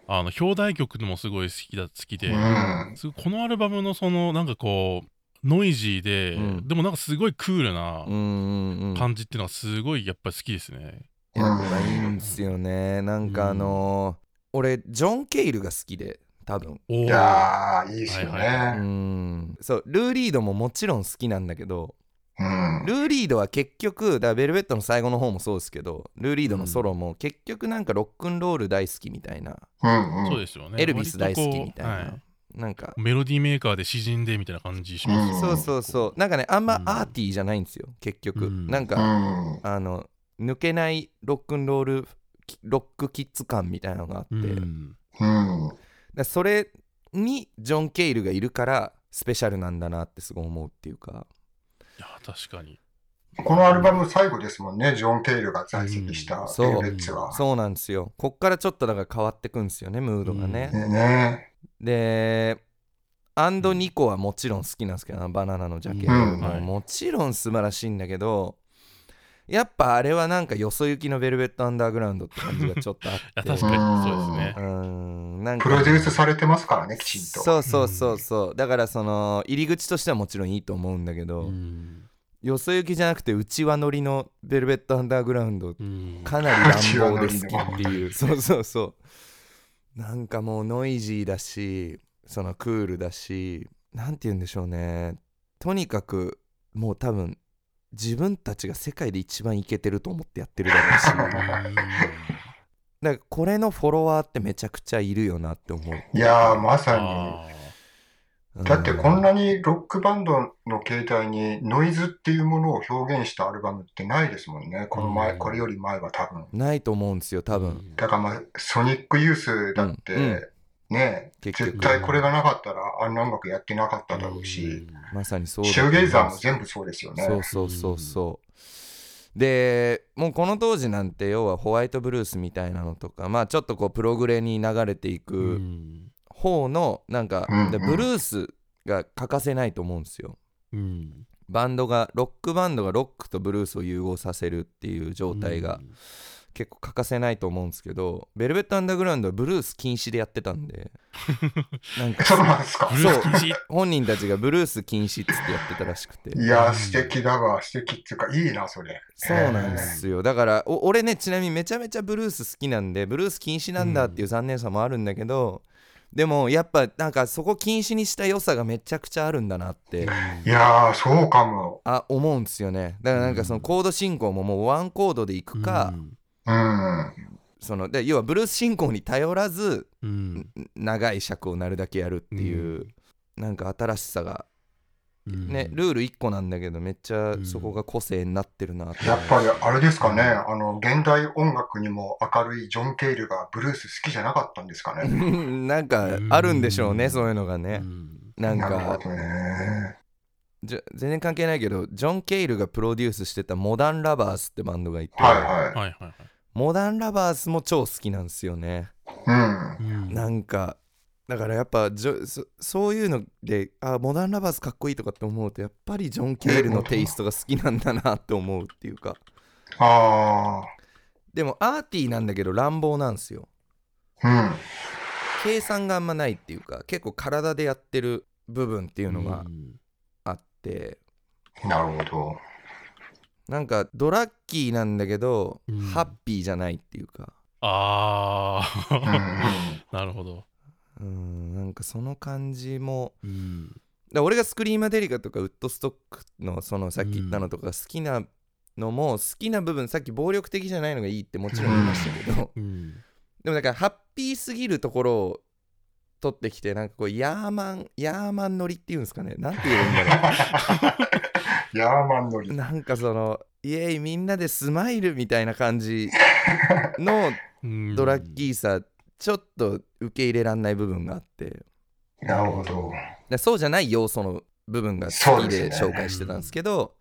[SPEAKER 1] あの表題曲もすごい好きだ好きで、
[SPEAKER 2] うん
[SPEAKER 1] すごいこのアルバムのそのなんかこうノイジーで、
[SPEAKER 3] うん
[SPEAKER 1] でもなんかすごいクールな
[SPEAKER 3] うんうんうん
[SPEAKER 1] 感じっていうのはすごいやっぱり好きですね。
[SPEAKER 3] やっぱいいんですよねなんかあのー俺ジョン・ケイルが好きで多分
[SPEAKER 1] お
[SPEAKER 2] い
[SPEAKER 1] お
[SPEAKER 2] やーいいですよ
[SPEAKER 1] はいは
[SPEAKER 3] う
[SPEAKER 2] ね。
[SPEAKER 3] んそうルー・リードももちろん好きなんだけど
[SPEAKER 2] うん
[SPEAKER 3] ルー・リードは結局だからベルベットの最後の方もそうですけどルー・リードのソロも結局なんかロックンロール大好きみたいな、
[SPEAKER 2] うん
[SPEAKER 1] そう
[SPEAKER 2] うん
[SPEAKER 1] ですよね。
[SPEAKER 3] エルビス大好きみたいな、
[SPEAKER 1] 割とこ
[SPEAKER 3] なんか
[SPEAKER 1] うはメロディーメーカーで詩人でみたいな感じしますよね。
[SPEAKER 3] そうそうそうなんかねあんま
[SPEAKER 1] うん
[SPEAKER 3] アーティーじゃないんですよ結局、
[SPEAKER 1] うん
[SPEAKER 3] なん
[SPEAKER 2] う
[SPEAKER 3] か、
[SPEAKER 2] ん
[SPEAKER 3] あの抜けないロックンロールきロックキッズ感みたいなのがあって、
[SPEAKER 1] う
[SPEAKER 3] だか
[SPEAKER 1] ん
[SPEAKER 2] うん
[SPEAKER 3] らそれにジョン・ケイルがいるからスペシャルなんだなってすごい思うっていうか
[SPEAKER 1] いや確かに。
[SPEAKER 2] このアルバム最後ですもんね、ジョン・ケイルが在籍した
[SPEAKER 3] そう
[SPEAKER 2] エルレッツは。
[SPEAKER 3] そうなんですよこっからちょっとだから変わってくんですよねムードがね、
[SPEAKER 2] ねね
[SPEAKER 3] でアンドニコはもちろん好きなんですけど、あのバナナのジャケ
[SPEAKER 2] うん
[SPEAKER 3] も
[SPEAKER 1] は
[SPEAKER 3] う
[SPEAKER 1] い
[SPEAKER 3] もちろん素晴らしいんだけど、やっぱあれはなんかよそ行きのベルベットアンダーグラウンドって感じがちょっとあっ
[SPEAKER 1] いや
[SPEAKER 3] て
[SPEAKER 1] 確 かにそうですね
[SPEAKER 3] う。んなんか
[SPEAKER 2] プロデュースされてますからね、きちんと。
[SPEAKER 3] そうそうそうそうだからその入り口としてはもちろんいいと思うんだけど、
[SPEAKER 1] うん
[SPEAKER 3] よそ行きじゃなくてうちわ乗りのベルベットアンダーグラウンド
[SPEAKER 1] うん
[SPEAKER 3] かなり乱暴で好きっていうそうそうそうなんかもうノイジーだしそのクールだしなんて言うんでしょうねとにかくもう多分自分たちが世界で一番イケてると思ってやってるだろうしだ か
[SPEAKER 1] う
[SPEAKER 3] らこれのフォロワーってめちゃくちゃいるよなって思う
[SPEAKER 2] いやー、まさ
[SPEAKER 1] ん
[SPEAKER 2] に。
[SPEAKER 1] あー
[SPEAKER 2] だってこんな
[SPEAKER 3] な
[SPEAKER 2] にロックバンドの形態にノイズっていうものを表現したアルバムってないですもんね。この前、
[SPEAKER 1] うん
[SPEAKER 2] これより前は多分。
[SPEAKER 3] ないと思うんですよ多分
[SPEAKER 2] だからまあ、ソニックユースだって、
[SPEAKER 3] うんうん
[SPEAKER 2] ね、
[SPEAKER 3] 結局
[SPEAKER 2] 絶対これがなかったらあんな音楽やってなかっただろうし、
[SPEAKER 3] まさにそうだ
[SPEAKER 2] シ
[SPEAKER 3] と思
[SPEAKER 2] ュー
[SPEAKER 3] い
[SPEAKER 2] ゲ
[SPEAKER 3] ます
[SPEAKER 2] イザーも全部そうですよね。
[SPEAKER 3] そうそうそうそう。でもうこの当時なんて要はホワイトブルースみたいなのとかまあちょっとこうプログレに流れて
[SPEAKER 1] う
[SPEAKER 3] い
[SPEAKER 1] んう
[SPEAKER 3] く
[SPEAKER 1] ん
[SPEAKER 3] 方のなんか、
[SPEAKER 2] うんうん
[SPEAKER 3] でブルースが欠かせないと思うんですよ。
[SPEAKER 1] うん
[SPEAKER 3] バンドがロックバンドがロックとブルースを融合させるっていう状態が結構欠かせないと思うんですけど、ベルベットアンダーグラウンドはブルース禁止でやってたんでなんか
[SPEAKER 2] そうなんですか
[SPEAKER 1] ブ。ルース禁止
[SPEAKER 3] 本人たちがブルース禁止っつってやってたらしくて
[SPEAKER 2] いやー、素敵だわ、素敵っていうか、いいな、それ。
[SPEAKER 3] そうなんですよだからお俺ねちなみにめちゃめちゃブルース好きなんでブルース禁止なんだっていう残念さもあるんだけど、でもやっぱなんかそこ禁止にした良さがめちゃくちゃあるんだなって
[SPEAKER 2] いやー、そうかも。
[SPEAKER 3] あ思うんですよねだからなんかそのコード進行ももうワンコードでいくか、
[SPEAKER 2] うん。
[SPEAKER 3] そので要はブルース進行に頼らず
[SPEAKER 1] うんうん
[SPEAKER 3] 長い尺をなるだけやるっていう、なんか新しさが
[SPEAKER 1] うん
[SPEAKER 3] ね、ルール1個なんだけどめっちゃそこが個性になってるなって、
[SPEAKER 2] やっぱりあれですかね、あの、現代音楽にも明るいジョン・ケイルがブルース好きじゃなかったんですかね。
[SPEAKER 3] なんかあるんでしょうね、
[SPEAKER 1] うん
[SPEAKER 3] そういうのがね、
[SPEAKER 1] うん
[SPEAKER 3] なん
[SPEAKER 2] なるほ
[SPEAKER 3] か
[SPEAKER 2] どね。
[SPEAKER 3] じゃ全然関係ないけどジョン・ケイルがプロデュースしてたモダン・ラバースってバンドがいて、
[SPEAKER 2] はいは
[SPEAKER 1] はいはいはい
[SPEAKER 3] モダン・ラバースも超好きなんですよね
[SPEAKER 2] い。うん。
[SPEAKER 1] うん
[SPEAKER 3] なんかだからやっぱジョそそういうのであモダン・ラバースかっこいいとかって思うとやっぱりジョン・ケイルのテイストが好きなんだなって思うっていうか
[SPEAKER 2] あ
[SPEAKER 3] でもアーティーなんだけど乱暴なんですよ
[SPEAKER 2] あ。うん。
[SPEAKER 3] 計算があんまないっていうか結構体でやってる部分っていうのが
[SPEAKER 1] うん
[SPEAKER 3] あって、
[SPEAKER 2] なるほど。
[SPEAKER 3] なんかドラッキーなんだけど、
[SPEAKER 1] うん
[SPEAKER 3] ハッピーじゃないっていうか
[SPEAKER 1] あ
[SPEAKER 2] うん
[SPEAKER 1] あ なるほど
[SPEAKER 3] うんなんかその感じも
[SPEAKER 1] うん
[SPEAKER 3] だ俺がスクリーマデリカとかウッドストックのそのさっき言ったのとか好きなのも好きな部分さっき暴力的じゃないのがいいってもちろん言いましたけ ど
[SPEAKER 1] うん
[SPEAKER 3] でもだからハッピーすぎるところを取ってきてなんかこうヤーマンヤーマン乗りっていうんですかねなんて言えばいいんだろう
[SPEAKER 2] うん。ヤーマン乗り。
[SPEAKER 3] なんかそのイエイみんなでスマイルみたいな感じの
[SPEAKER 1] うん
[SPEAKER 3] ドラッキーさちょっと受け入れらんない部分があって
[SPEAKER 2] なるほど。
[SPEAKER 3] でそうじゃない要素の部分が好
[SPEAKER 2] そう
[SPEAKER 3] き
[SPEAKER 2] で
[SPEAKER 3] です
[SPEAKER 2] ね
[SPEAKER 3] 紹介してたんですけど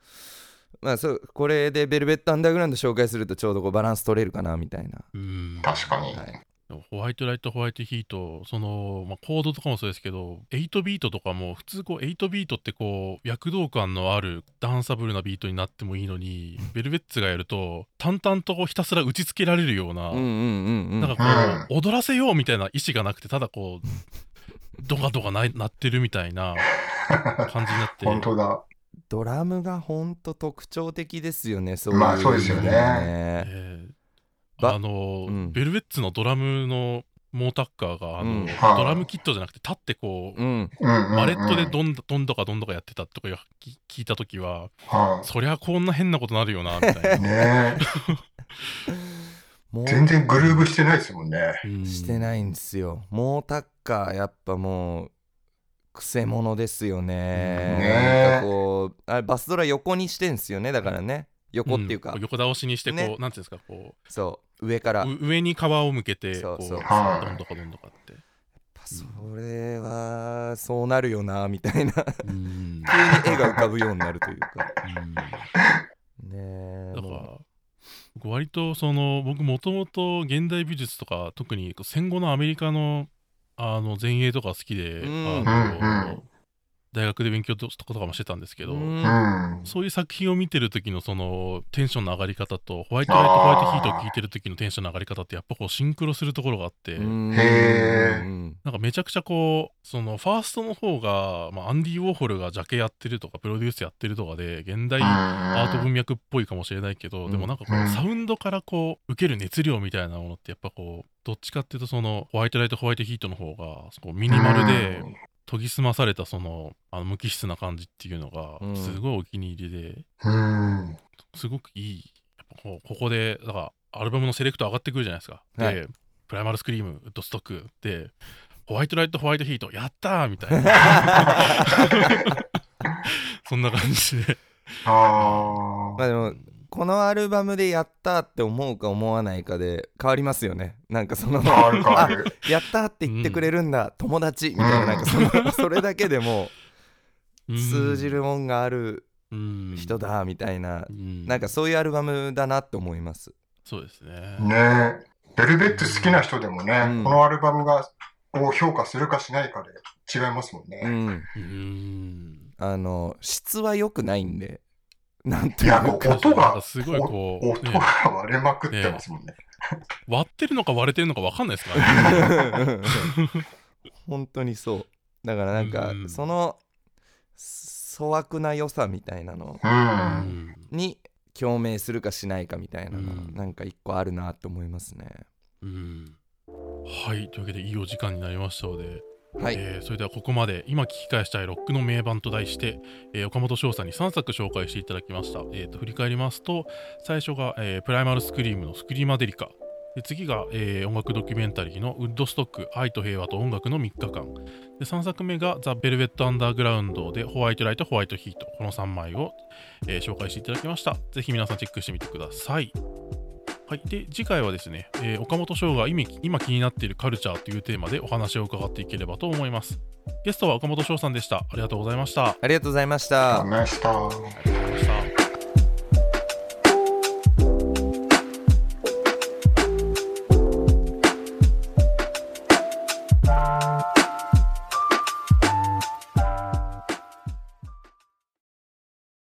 [SPEAKER 3] まあそうこれで「ベルベット・アンダーグラウンド」紹介するとちょうどこうバランス取れるかなみたいな
[SPEAKER 1] うん
[SPEAKER 2] 確かに。
[SPEAKER 3] はい
[SPEAKER 1] でもホワイトライトホワイトヒートその、まあ、コードとかもそうですけど8ビートとかも普通こう8ビートってこう躍動感のあるダンサブルなビートになってもいいのにベルベッツがやると淡々とこうひたすら打ちつけられるような、
[SPEAKER 3] うんうんうんうん
[SPEAKER 1] なんかこう、踊らせようみたいな意思がなくてただこうドカドカななってるみたいな感じになって
[SPEAKER 2] 本当だ。
[SPEAKER 3] ドラムがほんと特徴的ですよねそういう
[SPEAKER 2] まあそうですよね
[SPEAKER 3] 意味ではね
[SPEAKER 1] えー
[SPEAKER 3] ば
[SPEAKER 1] あの、
[SPEAKER 3] うん
[SPEAKER 1] ベルベッツのドラムのモータッカーがあの、
[SPEAKER 3] うん
[SPEAKER 1] ドラムキットじゃなくて立ってこう、
[SPEAKER 3] うん
[SPEAKER 2] うんうんうん
[SPEAKER 1] マレットでどんどどんどかどんどかやってたとかいうき聞いた時は
[SPEAKER 2] は
[SPEAKER 1] そりゃこんな変なことなるよなみたいな
[SPEAKER 2] い。ね
[SPEAKER 3] もう
[SPEAKER 2] え。全然グルーブしてないですもんね。
[SPEAKER 1] うん
[SPEAKER 3] してないんですよモータッカーやっぱもうくせ者ですよね
[SPEAKER 2] ね
[SPEAKER 3] なんかこうあれバスドラ横にしてんすよねだからね横っていうか、
[SPEAKER 1] うん横倒しにしてこう、
[SPEAKER 3] ね
[SPEAKER 1] なんていうんですかこ
[SPEAKER 3] そう上から
[SPEAKER 1] うう上に皮を向けてこ
[SPEAKER 3] そう
[SPEAKER 1] う
[SPEAKER 3] そう
[SPEAKER 2] はい
[SPEAKER 1] どんどかどんどかって、
[SPEAKER 3] それはそうなるよなみたいな 急、
[SPEAKER 1] うん
[SPEAKER 3] に絵が浮かぶようになるというかねえ
[SPEAKER 1] だか
[SPEAKER 3] もう
[SPEAKER 1] ら僕割とその僕もともと現代美術とか特に戦後のアメリカのあの前衛とか好きで、
[SPEAKER 3] うん
[SPEAKER 1] あ
[SPEAKER 2] うんう
[SPEAKER 1] の大学で勉強ととかもしてたんですけど、
[SPEAKER 3] うん
[SPEAKER 2] うん。
[SPEAKER 1] そういう作品を見てる時のそのテンションの上がり方とホワイトライトホワイトヒートを聞いてる時のテンションの上がり方ってやっぱこうシンクロするところがあって、
[SPEAKER 3] うん
[SPEAKER 2] へー
[SPEAKER 3] うん
[SPEAKER 1] なんかめちゃくちゃこうそのファーストの方が、まあ、アンディ・ウォーホルがジャケやってるとかプロデュースやってるとかで現代ア
[SPEAKER 2] ア
[SPEAKER 1] ート文脈っぽいかもしれないけど、
[SPEAKER 3] うん
[SPEAKER 1] でもなんかこう、
[SPEAKER 2] うん
[SPEAKER 1] サウンドからこう受ける熱量みたいなものってやっぱこうどっちかっていうとそのホワイトライトホワイトヒートの方がこうミニマルで研ぎ澄まされたそのあの無機質な感じっていうのが
[SPEAKER 3] うん
[SPEAKER 1] すごいお気に入りで
[SPEAKER 2] うん。
[SPEAKER 1] すごくいいやっぱこうここでだからアルバムのセレクト上がってくるじゃないですか。で、
[SPEAKER 3] はい
[SPEAKER 1] プライマルスクリームウッドストックでホワイトライトホワイトヒートやったーみたい なそんな感じで。
[SPEAKER 2] あ
[SPEAKER 3] まあでもこのアルバムでやったって思うか思わないかで変わりますよねなんかその
[SPEAKER 2] あ。変わる変わる。
[SPEAKER 3] やったって言ってくれるんだ、友達みたいななんかその それだけでも
[SPEAKER 1] うん
[SPEAKER 3] 通じるもんがある
[SPEAKER 1] うん
[SPEAKER 3] 人だみたいな、
[SPEAKER 1] うん
[SPEAKER 3] なんかそういうアルバムだなって思います。
[SPEAKER 1] そうですね。
[SPEAKER 2] ねえ。ベルベッツ好きな人でもね、
[SPEAKER 3] うん
[SPEAKER 2] このアルバムがを評価するかしないかで違いますもん
[SPEAKER 3] う
[SPEAKER 2] ね。
[SPEAKER 3] ん、
[SPEAKER 1] うん。
[SPEAKER 3] あの質は良くないんでなんて
[SPEAKER 2] い
[SPEAKER 3] いう
[SPEAKER 2] や、
[SPEAKER 3] か
[SPEAKER 2] もう音
[SPEAKER 1] なんか
[SPEAKER 2] が、
[SPEAKER 1] すごいこう、
[SPEAKER 2] 音
[SPEAKER 1] ね
[SPEAKER 2] が割れまくってますもんね。
[SPEAKER 1] 割ってるのか割れてるのか分かんないですからね。
[SPEAKER 3] 本当にそうだからなんか、
[SPEAKER 1] うん
[SPEAKER 3] その粗悪な良さみたいなの
[SPEAKER 2] う。
[SPEAKER 1] うんん
[SPEAKER 3] に共鳴するかしないかみたいなの、
[SPEAKER 1] うん
[SPEAKER 3] なんか一個あるなって思いますね。
[SPEAKER 1] うんはい、というわけでいいお時間になりましたので、
[SPEAKER 3] はい、
[SPEAKER 1] えーそれではここまで今聞き返したいロックの名盤と題して、えー岡本翔さんに3作紹介していただきました。えーと振り返りますと最初が、えープライマルスクリームの「スクリーマデリカ」で次が、えー音楽ドキュメンタリーの「ウッドストック愛と平和と音楽の3日間」で3作目が「ザ・ベルベット・アンダーグラウンド」で「ホワイト・ライト・ホワイト・ヒート」この3枚を、えー紹介していただきましたぜひ皆さんチェックしてみてくださいはい、で次回はですね、えー岡本翔が今今気になっているカルチャーというテーマでお話を伺っていければと思いますゲストは岡本翔さんでしたありがとうございましたあ
[SPEAKER 3] ありがとうございました。
[SPEAKER 2] 試した。
[SPEAKER 1] りがとうございました